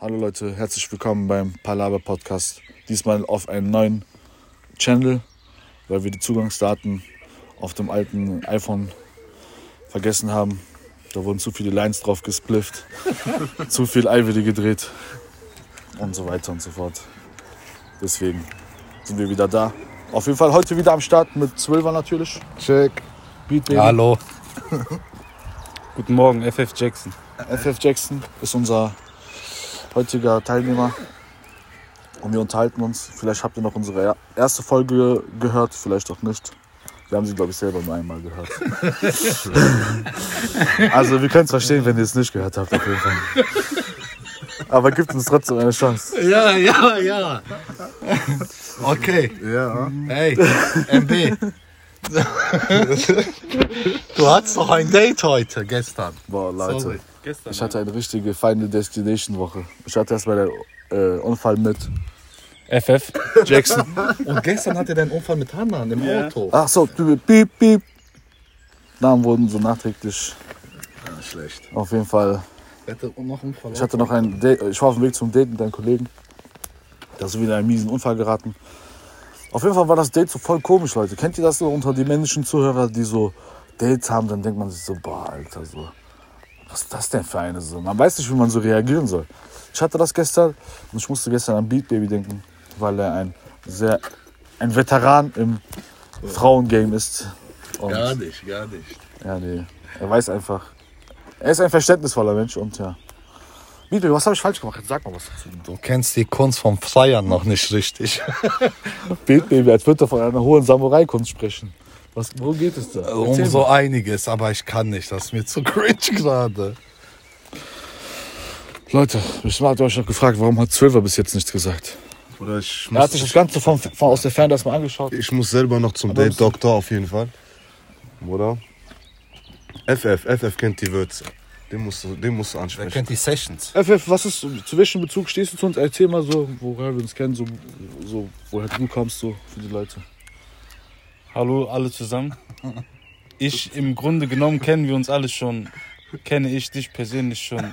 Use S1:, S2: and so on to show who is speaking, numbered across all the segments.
S1: Hallo Leute, herzlich willkommen beim Palaver Podcast. Diesmal auf einem neuen Channel, weil wir die Zugangsdaten auf dem alten iPhone vergessen haben. Da wurden zu viele Lines drauf gesplifft, zu viel Eiwille gedreht und so weiter und so fort. Deswegen sind wir wieder da. Auf jeden Fall heute wieder am Start mit Zwölfer natürlich.
S2: Check.
S1: Beat Baby.
S3: Hallo. Guten Morgen, FF Jackson.
S1: FF Jackson ist unser heutiger Teilnehmer. Und wir unterhalten uns. Vielleicht habt ihr noch unsere erste Folge gehört, vielleicht auch nicht. Wir haben sie, glaube ich, selber nur einmal gehört. also, wir können es verstehen, wenn ihr es nicht gehört habt, auf jeden Fall. Aber gibt uns trotzdem eine Chance.
S3: Ja, ja, ja. Okay,
S2: Ja.
S3: hey, MB. Du hattest doch ein Date heute, gestern.
S1: Boah, Leute.
S3: Sorry.
S1: Ich hatte eine richtige Final Destination Woche. Ich hatte erst mal den äh, Unfall mit
S4: FF.
S1: Jackson.
S3: Und gestern hatte er einen Unfall mit Hannah im Auto.
S1: Ach so, piep, piep. Namen wurden so nachträglich.
S2: Ah, schlecht.
S1: Auf jeden Fall
S3: Er hatte noch einen Unfall.
S1: Ich hatte noch ein Date, äh, ich war auf dem Weg zum Date mit einem Kollegen. Da ist wieder in einen miesen Unfall geraten. Auf jeden Fall war das Date so voll komisch, Leute. Kennt ihr das so unter die männlichen Zuhörer, die so Dates haben, dann denkt man sich so, boah, Alter, so. Was ist das denn für eine so? Man weiß nicht, wie man so reagieren soll. Ich hatte das gestern und ich musste gestern an Beat Baby denken, weil er ein sehr ein Veteran im Frauengame ist. Und
S2: Gar nicht, gar nicht.
S1: ja, nee. Er weiß einfach. Er ist ein verständnisvoller Mensch und ja. Mietl, was habe ich falsch gemacht? Sag mal was dazu.
S3: Du kennst die Kunst vom Freiern noch nicht richtig.
S1: Bildbaby, als würde er von einer hohen Samurai-Kunst sprechen. Was, worum geht es da?
S3: Um so einiges, aber ich kann nicht. Das ist mir zu cringe gerade.
S1: Leute, bestimmt habt ihr euch noch gefragt, warum hat Zwölfer bis jetzt nichts gesagt?
S2: Oder ich
S1: Er hat sich
S2: muss,
S1: das Ganze von, von aus der Ferne erstmal angeschaut.
S2: ich muss selber noch zum
S1: Aber
S2: Date
S1: bist-
S2: Doktor auf jeden Fall. Oder? FF, FF kennt die Würze. Den musst du, den musst du
S3: Wer
S2: ansprechen.
S3: kennt die Sessions?
S1: FF, was ist, zu welchem Bezug stehst du zu uns? Erzähl mal so, woher wir uns kennen, so, so woher du kommst, so für die Leute.
S4: Hallo alle zusammen. Ich im Grunde genommen kennen wir uns alle schon. Kenne ich dich persönlich schon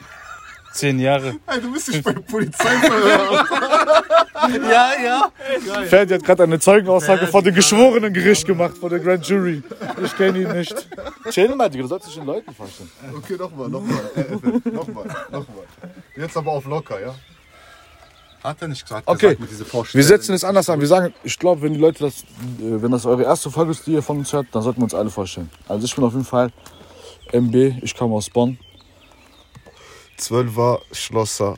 S4: zehn Jahre.
S2: du bist nicht bei der Polizei.
S3: Ja, ja.
S1: Ferdi hat gerade eine Zeugenaussage vor dem geschworenen Gericht gemacht, vor der Grand Jury. Ich kenne ihn nicht. Chill mal, Digga, du sollst dich den Leuten vorstellen.
S2: okay, nochmal, nochmal. FF, nochmal, nochmal. Jetzt aber auf locker, ja?
S3: Hat er nicht gesagt.
S1: Okay.
S3: mit dieser
S1: Wir
S3: Vorstellung.
S1: setzen es anders an. Wir sagen, ich glaube, wenn die Leute das, äh, wenn das eure erste Folge ist, die ihr von uns hört, dann sollten wir uns alle vorstellen. Also ich bin auf jeden Fall MB, ich komme aus Bonn.
S2: Zwölfer Schlosser.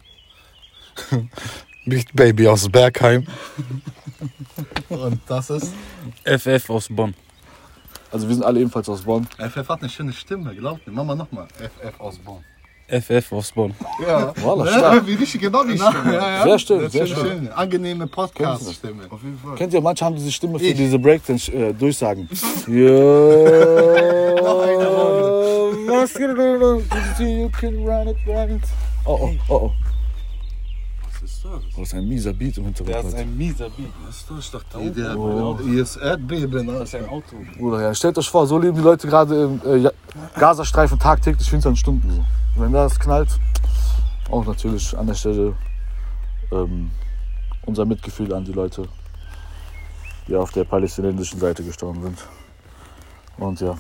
S3: Big Baby aus Bergheim. Und das ist.
S4: FF aus Bonn.
S1: Also wir sind alle ebenfalls aus Bonn.
S3: FF hat eine schöne Stimme, glaubt mir. Mach mal nochmal. FF aus Bonn.
S4: FF aus Bonn.
S2: Ja.
S1: Voila, stark.
S2: Wie richtig genau die Stimme.
S1: Sehr schön, sehr schön.
S3: Schöne, angenehme Podcast-Stimme.
S2: Auf jeden Fall.
S1: Kennt ihr, manche haben diese Stimme für diese äh, Breakdance-Durchsagen. yeah. Oh, oh, oh, oh. Oh, ist ein mieser Beat im Hintergrund. Leute.
S4: ein mieser Beat.
S3: Der, Ihr Oh. ist ne? Erdbeben. Alter.
S4: Auto.
S1: Bruder, ja. Stellt euch vor, so leben die Leute gerade im äh, Ja- Gazastreifen tagtäglich 24 Stunden. So. Wenn das knallt, auch natürlich an der Stelle ähm, unser Mitgefühl an die Leute, die auf der palästinensischen Seite gestorben sind. Und ja.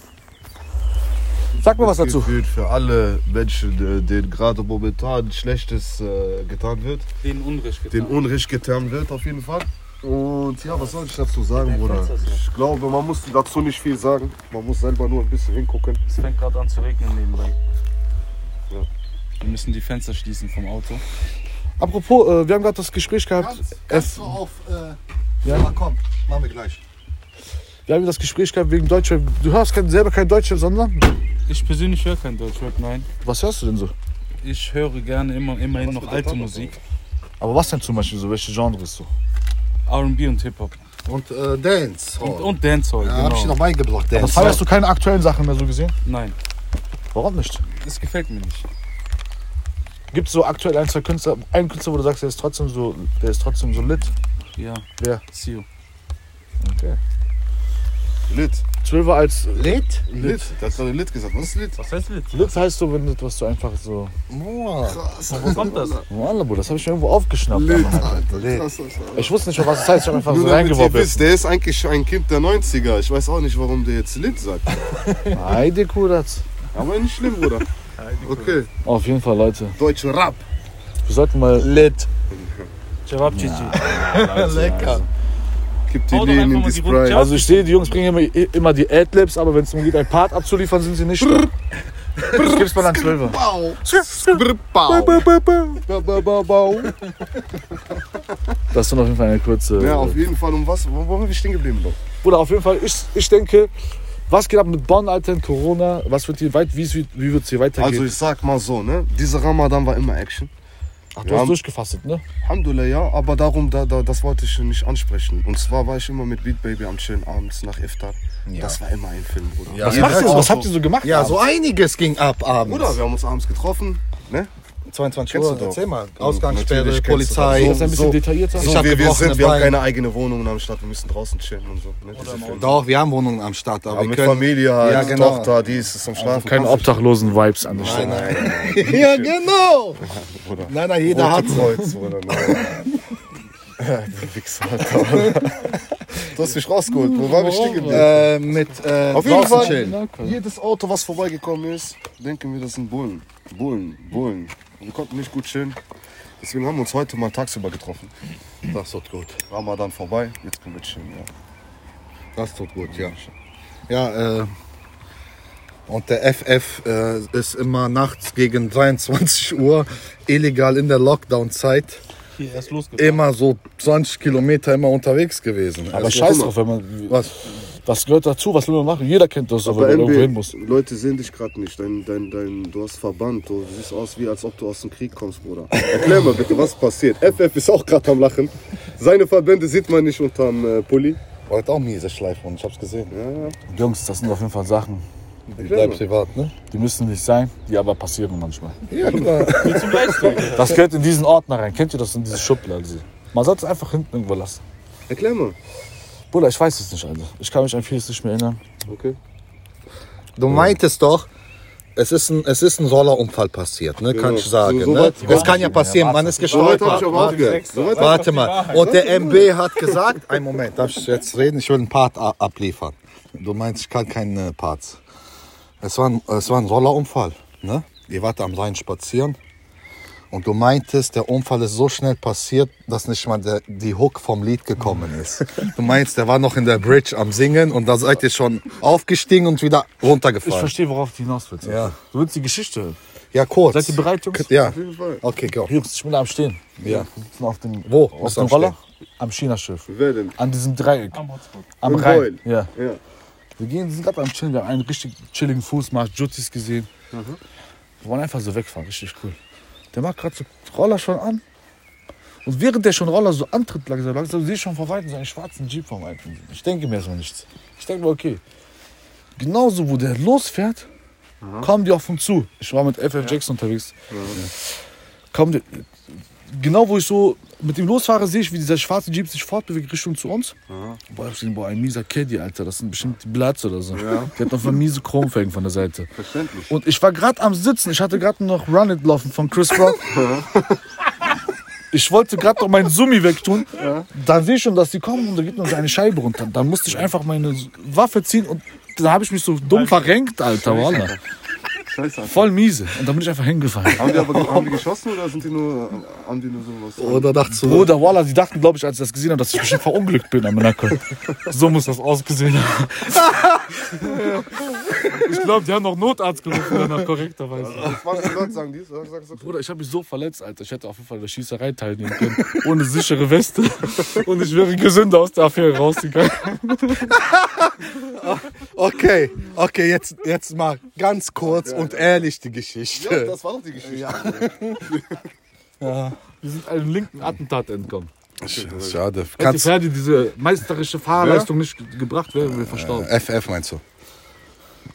S1: Sag mir was dazu.
S2: Gefühl für alle Menschen, äh, denen gerade momentan Schlechtes äh, getan wird,
S4: Den Unrecht
S2: den Unrecht getan wird auf jeden Fall. Und ja, was soll ich dazu sagen, Bruder? Ich glaube, man muss dazu nicht viel sagen. Man muss selber nur ein bisschen hingucken.
S4: Es fängt gerade an zu regnen nebenbei. Wir müssen die Fenster schließen vom Auto.
S1: Apropos, äh, wir haben gerade das Gespräch gehabt. F,
S3: So auf. Äh,
S1: Ja.
S3: ja. komm, machen wir gleich.
S1: wir haben das Gespräch gehabt wegen Deutschrap. Du hörst kein, selber kein Deutschrap, sondern.
S4: Ich persönlich höre kein Deutschrap, nein.
S1: Was hörst du denn so?
S4: Ich höre gerne immer, immerhin noch
S2: mit
S4: alte
S2: der Papa
S4: Musik.
S1: Aber was denn zum Beispiel so? Welche Genres so?
S4: R&B und Hip-Hop.
S3: Und äh, Dance.
S4: Und,
S2: Oh.
S4: und Dancehall,
S3: ja, hab ich
S4: genau.
S3: noch beigebracht, Dance.
S1: Was feierst du keine aktuellen Sachen mehr so gesehen?
S4: Nein,
S1: Warum nicht?
S4: das gefällt mir nicht.
S1: Gibt es so aktuell ein, zwei Künstler, einen Künstler, wo du sagst, der ist trotzdem so, der ist trotzdem so lit?
S4: Ja,
S1: Ja.
S4: Sio.
S1: Okay.
S2: Lit.
S1: Zwölfer als.
S3: Lit?
S2: Lit. Das hat Lit gesagt. Was ist Lit?
S5: Was heißt Lit?
S1: Litz heißt so, wenn etwas so einfach so.
S3: Boah.
S5: Wo kommt das?
S1: Mann, Bruder, das habe ich mir irgendwo aufgeschnappt.
S2: Lit,
S1: damals.
S2: Alter.
S3: Lit.
S2: Krass, Alter.
S1: Ich wusste nicht, mal, was das heißt. Ich habe einfach so
S2: Nur damit ihr
S1: Also reingeworfen.
S2: wisst, der ist eigentlich ein Kind der 90er. Ich weiß auch nicht, warum der jetzt Lit sagt.
S1: Heide Kuratz.
S2: Aber nicht schlimm, Bruder. Okay.
S1: Auf jeden Fall, Leute.
S2: Deutsche Rap.
S1: Wir sollten mal.
S3: Lit.
S4: Jawab Chichi.
S3: Lecker.
S2: Gib die
S5: Hau doch
S2: Lehnen
S5: einfach
S2: in
S5: mal die
S2: die
S5: Runde.
S2: Sprite.
S1: Also ich sehe, die Jungs bringen immer, immer die Adlibs, aber wenn es darum geht, ein Part abzuliefern, sind sie nicht da. Das gibt's mal an Zwölfer.
S2: Bau. Bau. Bau, bau, bau, bau.
S1: Das sind auf jeden Fall eine kurze.
S2: Ja, auf jeden Fall. Um was? Wo wo waren wir stehen geblieben, Bro?
S1: Bruder, auf jeden Fall, ich, ich denke, was geht ab mit Bonn, Alter, in Corona? Was wird hier weit, wie, es- wie wird es hier weitergehen?
S2: Also ich sag mal so, ne? Dieser Ramadan war immer Action.
S1: Ach, du
S2: ja.
S1: hast durchgefastet, ne?
S2: Alhamdulillah, ja, aber darum, da, da, das wollte ich nicht ansprechen. Und zwar war ich immer mit Beat Baby am chillen abends nach Iftar. Das war immer ein Film, Bruder.
S3: Ja,
S1: Was, machst du, so?
S3: auch
S1: was habt ihr so gemacht?
S3: Ja, so einiges ging ab abends.
S2: Bruder, wir haben uns abends getroffen, ne?
S3: 22
S2: Kennst
S3: Uhr,
S2: du doch. Mhm,
S3: erzähl mal.
S2: natürlich
S3: Ausgangssperre,
S2: kennst du das.
S1: Ist
S3: Polizei.
S1: das ein bisschen
S2: so.
S1: detaillierter?
S3: Ich
S2: So
S3: hab
S2: wie wir
S3: gebrochene
S2: sind, wir haben
S3: Beine.
S2: keine eigene Wohnung in Amstatt, wir müssen draußen chillen und so. Ne? Diese Filme.
S3: Doch, wir haben Wohnungen am Start. Aber
S2: Aber
S3: wir
S2: mit
S3: können,
S2: Familie halt,
S3: Ja, genau.
S2: Tochter, die ist am Schlafen.
S1: Keine Obdachlosen-Vibes an der
S3: Nein,
S1: Stelle.
S3: nein. ja, genau.
S2: Bruder.
S3: Nein, nein, jeder
S2: Rote
S3: hat.
S2: Kreuz, Bruder. Nein. du Wichser, Alter. Du hast mich rausgeholt, wo war ich stehen geblieben?
S3: Äh, mit äh,
S2: Auf jeden
S3: draußen
S2: Fall,
S3: chillen.
S2: jedes Auto, was vorbeigekommen ist, denken wir, das sind Bullen. Bullen, Bullen. Wir konnten nicht gut chillen. Deswegen haben wir uns heute mal tagsüber getroffen.
S3: Das tut gut.
S2: Ramadan vorbei, jetzt können wir chillen. Ja.
S3: Das tut gut, ja. Ja, äh, und der FF äh, ist immer nachts gegen 23 Uhr illegal in der Lockdown-Zeit.
S4: Hier, erst losgegangen.
S3: Immer so 20 Kilometer immer unterwegs gewesen.
S1: Aber scheiß drauf, wenn man.
S3: Was?
S1: Das gehört dazu, was will man machen? Jeder kennt das, aber Also, wenn man irgendwo hin muss.
S2: Leute sehen dich gerade nicht. Dein, dein, dein, du hast verbannt. Du siehst aus, wie als ob du aus dem Krieg kommst, Bruder. Erklär mal bitte, was passiert. FF ist auch gerade am Lachen. Seine Verbände sieht man nicht unterm äh, Pulli.
S3: Heute auch miese Schleife und ich hab's gesehen.
S1: Jungs, das sind auf jeden Fall Sachen,
S3: Die bleibt privat, ne?
S1: die müssen nicht sein, die aber passieren manchmal.
S3: Ja, klar.
S1: Das gehört in diesen Ordner rein. Kennt ihr das in diese Schublade? Also, Man sollte es einfach hinten irgendwo lassen.
S2: Erklär mal.
S1: Bruder, ich weiß es nicht, Alter. Ich kann mich an vieles nicht mehr erinnern.
S2: Okay.
S3: Du meintest doch, es ist ein, es ist ein Rollerunfall passiert, ne? Kann
S2: Genau.
S3: ich sagen.
S2: So- so
S3: ne?
S2: weit-
S3: Das kann ja passieren, man ist
S2: Soweit habe
S3: gestolpert.
S2: ich aber aufgehört. Soweit hab
S3: Warte mal. Und der MB hat gesagt, einen Moment, darf ich jetzt reden? Ich will einen Part a- abliefern. Du meinst, ich kann keine äh, Parts. Es war ein, es war ein Rollerunfall. Ne? Ihr wart am Rhein spazieren. Und du meintest, der Unfall ist so schnell passiert, dass nicht mal der, die Hook vom Lied gekommen ist. Du meinst, der war noch in der Bridge am Singen und da seid ihr schon aufgestiegen und wieder
S1: Ich
S3: runtergefallen.
S1: verstehe, worauf du hinaus willst.
S3: Ja.
S1: Du willst die Geschichte hören.
S3: Ja, kurz.
S1: Seid ihr bereit, Jungs?
S3: Ja.
S2: jeden Fall.
S3: Okay, go.
S1: Jungs, ich bin da am Stehen.
S3: Ja.
S1: Wir sitzen auf dem,
S3: Wo?
S1: Auf
S3: Bist du
S1: dem
S3: am
S1: Roller? Am Chinaschiff.
S2: Wer denn?
S1: An diesem Dreieck.
S4: Am Hotspot.
S1: Am
S2: Im
S1: Rhein.
S2: Heul.
S1: Ja.
S2: Ja.
S1: Wir gehen, sind gerade am Chillen. Wir haben einen richtig chilligen Fußmarsch, Jutsis gesehen.
S3: Mhm.
S1: Wir wollen einfach so wegfahren. Richtig cool. Der macht gerade so Roller schon an. Und während der schon Roller so antritt, langsam, langsam, sehe ich schon vor Weitem so einen schwarzen Jeep vom Alten. Ich denke mir erstmal nichts. Ich denke mir, okay. Genauso, wo der losfährt,
S3: Mhm.
S1: kommen die auf uns zu. Ich war mit FF Jackson unterwegs.
S3: Mhm.
S1: Kommen die, genau, wo ich so mit dem losfahre, sehe ich, wie dieser schwarze Jeep sich fortbewegt Richtung zu uns. Boah, ich denke, boah, ein mieser Caddy, Alter. Das sind bestimmt die Blatz oder so. Der hat noch mal miese Chromfelgen von der Seite.
S2: Verständlich.
S1: Und ich war gerade am Sitzen. Ich hatte gerade noch Run It laufen von Chris Brown. Ich wollte gerade noch meinen Summi wegtun. Dann sehe ich schon, dass die kommen und da geht noch eine Scheibe runter. Dann musste ich einfach meine Waffe ziehen und dann habe ich mich so dumm verrenkt, Alter. Wallah.
S2: Scheiße.
S1: Voll miese. Und dann bin ich einfach hingefallen.
S2: Haben die aber ge- haben die geschossen oder sind die nur, haben die nur sowas?
S3: Oder dachtest du,
S1: Bruder, Wallah, die dachten, glaube ich, als sie das gesehen haben, dass ich bestimmt verunglückt bin am Nacken. So muss das ausgesehen haben. Ich glaube, die haben noch Notarzt gerufen danach, korrekterweise.
S2: Was waren die Leute, sagen die? Sag, sag, sag.
S1: Bruder, ich habe mich so verletzt, Alter. Ich hätte auf jeden Fall der Schießerei teilnehmen können. Ohne sichere Weste. Und ich wäre gesünder aus der Affäre rausgegangen.
S3: Okay, okay, jetzt, jetzt mal ganz kurz und ehrlich die Geschichte.
S2: Das war doch die Geschichte.
S1: Wir sind einem linken Attentat entkommen.
S3: Schade.
S1: Hätte
S3: Kannst,
S1: Ferdi diese meisterische Fahrleistung nicht ge- gebracht, wären wir verstorben.
S3: FF meinst du?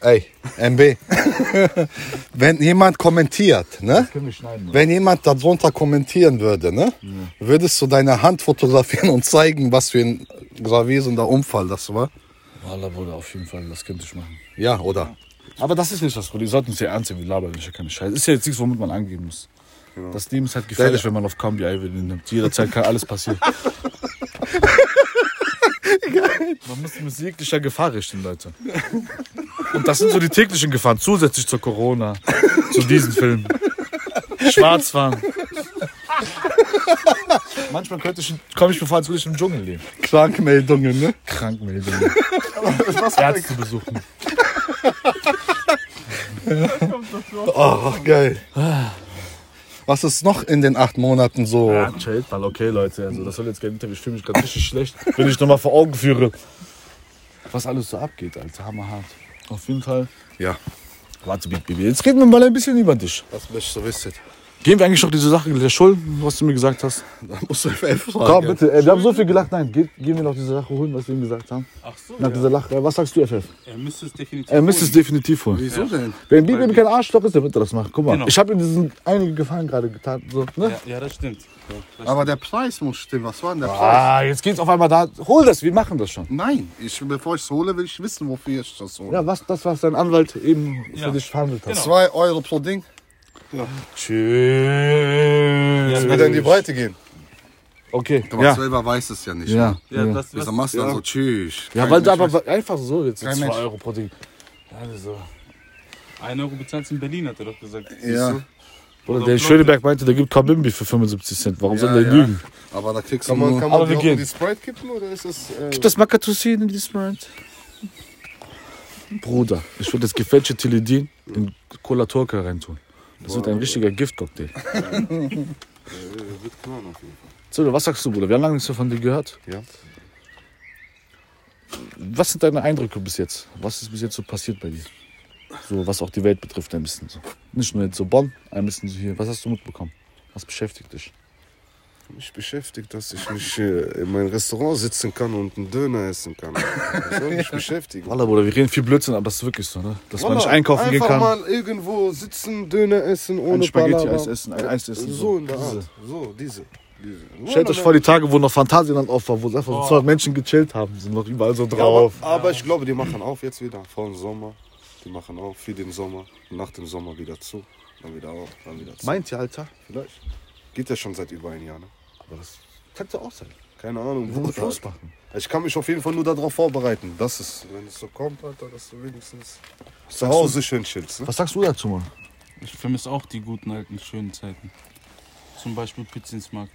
S3: Ey, MB. Wenn jemand kommentiert, ne?
S1: Können wir schneiden,
S3: Wenn jemand darunter kommentieren würde, ne? Würdest du deine Hand fotografieren und zeigen, was für ein gravierender Unfall das war?
S1: Wallah, Bruder, auf jeden Fall, das könnte ich machen.
S3: Ja, oder?
S1: Aber das ist nicht das Problem. Wir sollten uns ja ernst nehmen. Wir labern nicht, ja keine Scheiße. Ist ja jetzt nichts, womit man angeben muss. Das Leben ist halt gefährlich, wenn man auf Kombi Eiwillen nimmt. Jederzeit kann alles passieren. Man muss mit jeglicher Gefahr rechnen, Leute. Und das sind so die täglichen Gefahren, zusätzlich zur Corona, zu diesen Filmen. Schwarzfahren. Manchmal könnte ich, komme ich mir vor, als würde ich im Dschungel leben.
S3: Krankmeldungen, ne?
S1: Krankmeldungen. Ärzte besuchen.
S3: Oh, geil. Was ist noch in den acht Monaten so?
S1: Ja, chillt mal, okay, Leute. Also, das soll jetzt kein Interview. Ich fühle mich gerade richtig schlecht, wenn ich nochmal vor Augen führe. Was alles so abgeht, Alter. Hammerhart. Auf jeden Fall.
S3: Ja,
S1: Warte, Beat Baby. Jetzt reden wir mal ein bisschen über dich.
S3: was möchtest du wissen?
S1: Gehen wir eigentlich noch diese Sache der Schulden, was du mir gesagt hast?
S3: Da musst du FF fragen.
S1: Komm, bitte. Ey, wir haben so viel gelacht. Nein, ge gehen wir noch diese Sache holen, was wir ihm gesagt haben.
S4: Ach so,
S1: Nach dieser Lache. äh, Was sagst du, FF?
S4: er müsste es definitiv.
S5: Э,
S1: Er müsste es definitiv holen.
S3: Wieso denn?
S1: Wenn Beat Baby kein Arschloch ist, dann wird er das machen. Guck mal,
S4: Genau.
S1: ich habe ihm diesen einige Gefallen gerade getan. So, ne?
S4: Ja, ja, das stimmt.
S3: Aber der Preis muss stimmen. Was war denn der Preis?
S1: Ah, jetzt geht's auf einmal da. Hol das, wir machen das schon.
S3: Nein, ich, bevor ich es hole, will ich wissen, wofür ich das hole.
S1: Ja, was, das, was dein Anwalt eben
S4: Ja.
S1: für dich verhandelt hat.
S4: Genau.
S3: Zwei Euro pro Ding.
S1: Tschüss.
S3: Wieder in die Breite gehen.
S1: Okay.
S3: Aber
S1: Ja.
S3: selber weiß es ja nicht.
S1: Ja.
S3: ne?
S1: Ja, ja.
S4: das,
S3: Wieso machst du dann so, tschüss.
S1: ja
S3: Kein
S1: weil du
S3: Mensch weiß-
S1: aber einfach so jetzt
S3: Kein
S1: 2
S3: Mensch.
S1: Euro pro Ding. Also.
S4: Ein Euro bezahlst in Berlin, hat er doch gesagt.
S3: Ja,
S1: Oder der Schöneberg meinte, der gibt Kabimbi für 75 Cent. Warum soll der
S3: ja.
S1: lügen?
S3: aber da kriegst du
S2: Kann man,
S3: nur...
S2: kann
S1: Aber
S2: man die
S1: wir
S2: auch
S1: gehen.
S2: in die Sprite kippen oder ist das. Äh,
S1: Gibt das Makatussi in diesem Moment? Bruder, ich würde das gefälschte Teledin in Cola Turca reintun. Das wird ein richtiger Giftcocktail.
S2: wird klar auf jeden Fall.
S1: So, was sagst du, Bruder? Wir haben lange nichts mehr von dir gehört.
S2: Ja.
S1: Was sind deine Eindrücke bis jetzt? Was ist bis jetzt so passiert bei dir? So, was auch die Welt betrifft, ein bisschen so. Nicht nur jetzt so Bonn, ein bisschen so hier. Was hast du mitbekommen? Was beschäftigt dich?
S2: Mich beschäftigt, dass ich nicht äh, in meinem Restaurant sitzen kann und einen Döner essen kann. Das soll mich beschäftigen.
S1: Wallah, Bruder, wir reden viel Blödsinn, aber es ist wirklich so, ne? Dass man nicht
S2: Wallah,
S1: einkaufen gehen kann.
S2: Einfach mal irgendwo sitzen, Döner essen, ohne
S1: Ein Spaghetti-Eis
S2: Ballava.
S1: essen, ein Eis essen.
S2: So in der
S1: Diese.
S2: Art. So, diese. diese.
S1: Stellt euch vor die Tage, wo noch Phantasialand auf war, wo es einfach so 200 Menschen gechillt haben, sind noch überall so drauf.
S2: Ja, aber, aber ich glaube, die machen auf jetzt wieder. Vor dem Sommer. Die machen auf für den Sommer. Nach dem Sommer wieder zu. Dann wieder auf, dann wieder zu.
S3: Meint ihr, Alter?
S2: Vielleicht. Geht ja schon seit über ein Jahr, ne?
S1: aber das könnte auch sein.
S2: Keine Ahnung.
S1: Wir müssen
S2: Bruder.
S1: Schluss machen.
S2: Ich kann mich auf jeden Fall nur darauf vorbereiten. Das ist, wenn es so kommt, Alter, dass du wenigstens zu
S1: sagst
S2: Hause schön chillst. Ne?
S1: Was sagst du dazu, Mann?
S4: Ich vermisse auch die guten alten, schönen Zeiten. Zum Beispiel Pizzinsmarkt.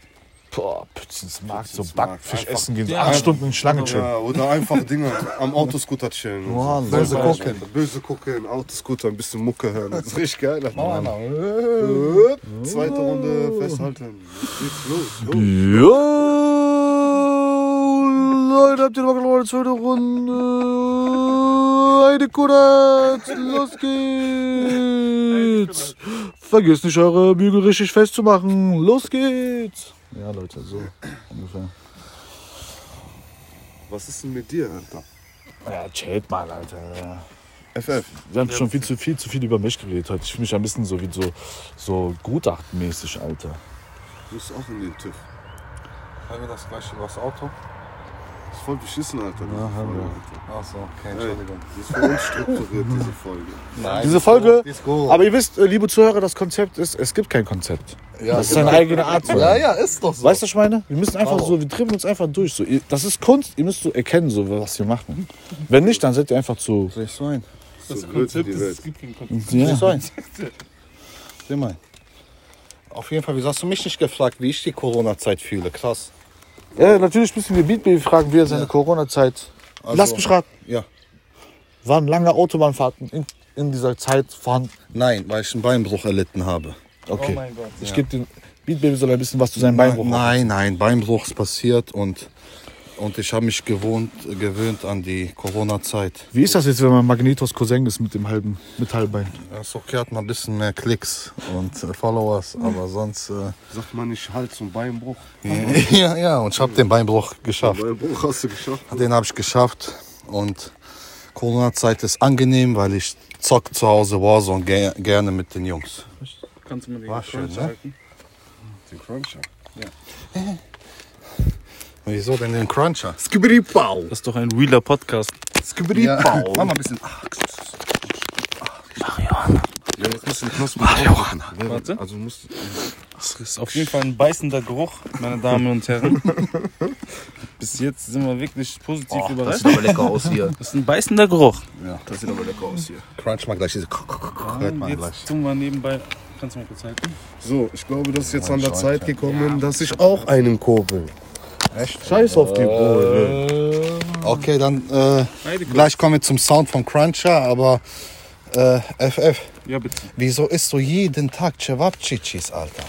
S1: Boah, Pützens Markt, so
S2: Pützinsmarkt,
S1: Backfisch
S2: einfach-
S1: essen gehen, so
S4: Ja.
S1: acht Stunden in Schlange chillen.
S2: Ja, oder einfach Dinge am Autoscooter chillen. und
S1: Mann,
S2: so.
S1: Böse
S2: gucken. Böse gucken, Autoscooter, ein bisschen Mucke hören. Das ist richtig geil. Alter. Zweite Runde festhalten. Jetzt Geht's los. los.
S1: Jo, Leute, habt ihr noch eine zweite Runde? Eine Kurat, los geht's. Vergesst nicht, eure Bügel richtig festzumachen. Los geht's. Ja, Leute, so ungefähr.
S2: Was ist denn mit dir, Alter?
S1: Ja, chillt mal, Alter.
S2: FF.
S1: Wir haben schon viel zu viel zu viel über mich geredet heute. Ich fühle mich ein bisschen so wie so, so gutachtenmäßig, Alter.
S2: Du bist auch in den TÜV.
S3: Haben wir das gleiche was Auto?
S2: Das ist voll beschissen, Alter. Diese Folge, Alter.
S3: Achso, okay,
S2: Entschuldigung. Die ist voll unstrukturiert, diese Folge.
S3: Nein,
S1: Diese Folge.
S3: die ist gut.
S1: Aber ihr wisst, äh, liebe Zuhörer, das Konzept ist, es gibt kein Konzept.
S3: Ja,
S1: das ist eine eigene Art. zu
S3: ja,
S1: sein.
S3: ja, ist doch so.
S1: Weißt du, was ich meine? Wir müssen einfach so, wir trimmen uns einfach durch. So, ihr, das ist Kunst, ihr müsst so erkennen, so, was wir machen. Wenn nicht, dann seid ihr einfach zu.
S3: Soll ich so ein?
S2: Das so Konzept die Welt.
S4: gibt kein Konzept.
S1: Ja.
S3: so ein? Sieh mal. Auf jeden Fall, wieso hast du mich nicht gefragt, wie ich die Corona-Zeit fühle? Krass.
S1: Ja, natürlich müssen wir Beat Baby fragen, wie er seine Corona-Zeit.
S3: Also-
S1: Lasst mich raten,
S3: Ja.
S1: waren lange Autobahnfahrten in, in dieser Zeit vorhanden?
S3: Nein, weil ich einen Beinbruch erlitten habe. Oh
S1: Okay.
S4: mein Gott.
S1: Ich gebe den Beat Baby soll ein bisschen was zu seinem Beinbruch haben.
S3: Nein, nein, Beinbruch ist passiert und, und ich habe mich gewohnt, gewöhnt an die Corona-Zeit.
S1: Wie ist das jetzt, wenn man Magnetos Cousin ist mit dem halben Metallbein?
S3: Das okay, hat mal ein bisschen mehr Klicks und äh, Followers, aber sonst. Äh,
S2: Sagt man nicht Hals- und Beinbruch?
S3: ja, ja, und ich habe den Beinbruch geschafft.
S2: Beinbruch hast du geschafft.
S3: Den habe ich geschafft und Corona-Zeit ist angenehm, weil ich zock zu Hause Warzone ger gerne mit den Jungs.
S4: Kannst du mir den
S3: War schön,
S4: Crunch
S3: ne?
S4: halten?
S2: Den Cruncher.
S3: Wieso denn den Cruncher?
S2: Skibidi Pau.
S4: Das ist doch ein realer Podcast.
S3: Skibidi,
S1: Ja.
S3: pow. Mach mal ein bisschen. Ah,
S5: Ja, jetzt musst du den Knospen Marihuana.
S4: Warte.
S5: Also musst
S4: Das ist auf jeden Fall ein beißender Geruch, meine Damen und Herren. Bis jetzt sind wir wirklich positiv
S5: das
S4: überrascht.
S5: sieht aber lecker aus hier.
S4: Das ist ein beißender Geruch.
S5: Das sieht aber lecker aus hier.
S3: Crunch mal gleich diese. Hört
S4: Und
S3: man
S4: jetzt
S3: gleich.
S4: tun wir nebenbei. Kannst du mal kurz halten?
S2: So, ich glaube, das ist jetzt an der Zeit gekommen, dass ich auch einen kurbel. Echt? Scheiß auf
S1: Äh,
S2: die Bohle.
S3: Okay, dann äh,
S4: Beide kurz.
S3: gleich kommen wir zum Sound von Cruncher, aber äh, FF,
S4: Ja, bitte.
S3: wieso isst du jeden Tag Cevapcicis, Alter?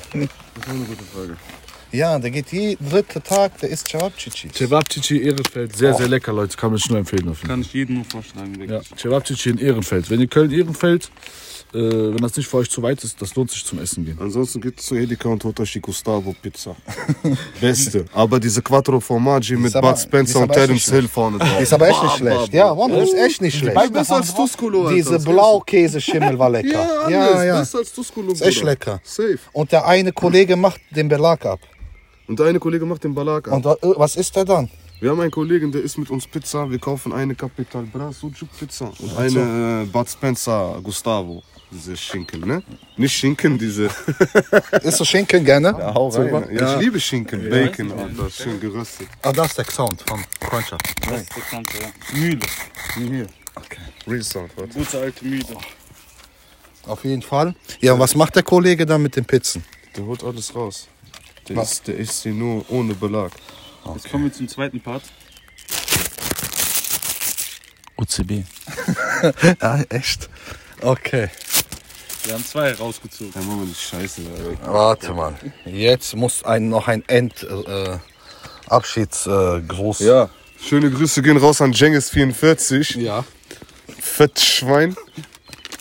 S3: Ja, der geht jeden dritten Tag, der isst Cevapcicis.
S1: Cevapcici Ehrenfeld, sehr, sehr lecker, Leute. Kann man schnell empfehlen. Auf jeden Fall.
S4: Kann ich jedem nur vorschlagen,
S1: Ja,
S4: wirklich.
S1: Cevapcici in Ehrenfeld. Wenn ihr Köln-Ehrenfeld, äh, wenn das nicht für euch zu weit ist, das lohnt sich zum Essen gehen.
S2: Ansonsten geht zu Edeka und holt euch die Gustavo Pizza. Beste. Aber diese Quattro Formaggi mit
S3: aber-
S2: Bud Spencer
S3: die ist
S2: und
S3: aber echt
S2: Terence
S3: nicht
S2: Hill vorne drauf.
S3: Ist aber echt nicht schlecht. Ja, Mann, ist echt nicht schlecht.
S2: Besser als Tusculo, Alter.
S3: Diese Blaukäseschimmel war lecker. Ja, ja.
S2: Besser als Tusculo,
S3: Ist echt
S2: Bruder.
S3: lecker.
S2: Safe.
S3: Und der eine Kollege macht den Belag ab.
S2: Und der eine Kollege macht den Balak an.
S3: Und wa- was ist der dann?
S2: Wir haben einen Kollegen, der isst mit uns Pizza. Wir kaufen eine Capital Bra Sujuk Pizza und eine äh, Bud Spencer Gustavo. Diese Schinken, ne? Nicht Schinken, diese.
S3: Isst du Schinken gerne? Oh, Ja,
S2: Hau rein. Ja. Ich liebe Schinken, Bacon, Alter. Schön geröstet.
S3: Ah, das ist der Sound von Cruncher.
S4: Das ist der Kante, ja. Mühle.
S2: Wie hier. Real Sound, warte.
S4: Gute alte Mühle.
S3: Auf jeden Fall. Ja, und was macht der Kollege dann mit den Pizzen?
S2: Der holt alles raus. Der isst, der isst sie nur ohne Belag.
S4: Jetzt kommen wir zum zweiten Part. UCB.
S3: Ja, echt? Okay.
S4: Wir haben zwei rausgezogen.
S2: Ja, Mann, die Scheiße. Alter.
S3: Warte mal. Jetzt muss ein, noch ein End, äh, Abschiedsgruß. Äh, Gruß.
S2: Ja. Schöne Grüße gehen raus an Jengis44.
S3: Ja.
S2: Fettschwein.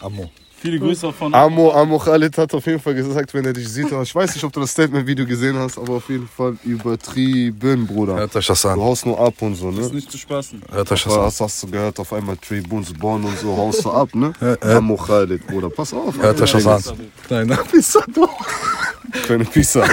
S3: Amo.
S4: Viele Grüße von
S2: Amo, Amo Khalid hat auf jeden Fall gesagt, wenn er dich sieht, ich weiß nicht, ob du das Statement-Video gesehen hast, aber auf jeden Fall übertrieben, Bruder.
S3: Hört euch das
S2: Du
S3: an.
S2: haust nur ab und so,
S4: ist
S2: ne?
S4: nicht zu spaßen.
S3: Hört euch das an.
S2: Was hast du gehört? Auf einmal Tribunes, Born und so, haust du ab, ne? Amo Khalid, Bruder, pass auf.
S3: Hört euch das an. Nein, nein. Bist du
S2: Keine Pizza.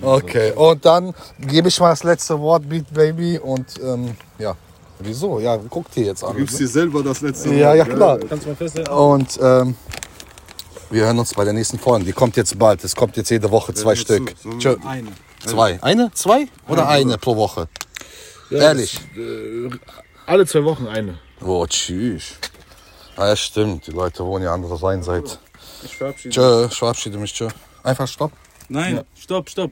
S3: Okay, und dann gebe ich mal das letzte Wort, Beat Baby. Und ähm, ja, wieso? Ja, guckt ihr jetzt an.
S2: Gibst dir selber das letzte
S3: Ja, ja, klar.
S4: Kannst du mal festhalten?
S3: Und ähm, wir hören uns bei der nächsten Folge. Die kommt jetzt bald. Es kommt jetzt jede Woche zwei Stück. Tschö.
S4: Eine.
S3: Zwei. Eine? Zwei? Oder eine pro Woche? Ehrlich.
S1: Alle zwei Wochen eine.
S3: Oh, tschüss. Ah, ja, stimmt. Die Leute wohnen ja andere Rheinseite.
S4: Ich verabschiede.
S3: Tschö, ich verabschiede mich. Tschö. Einfach stopp.
S4: Nein, stopp, stopp.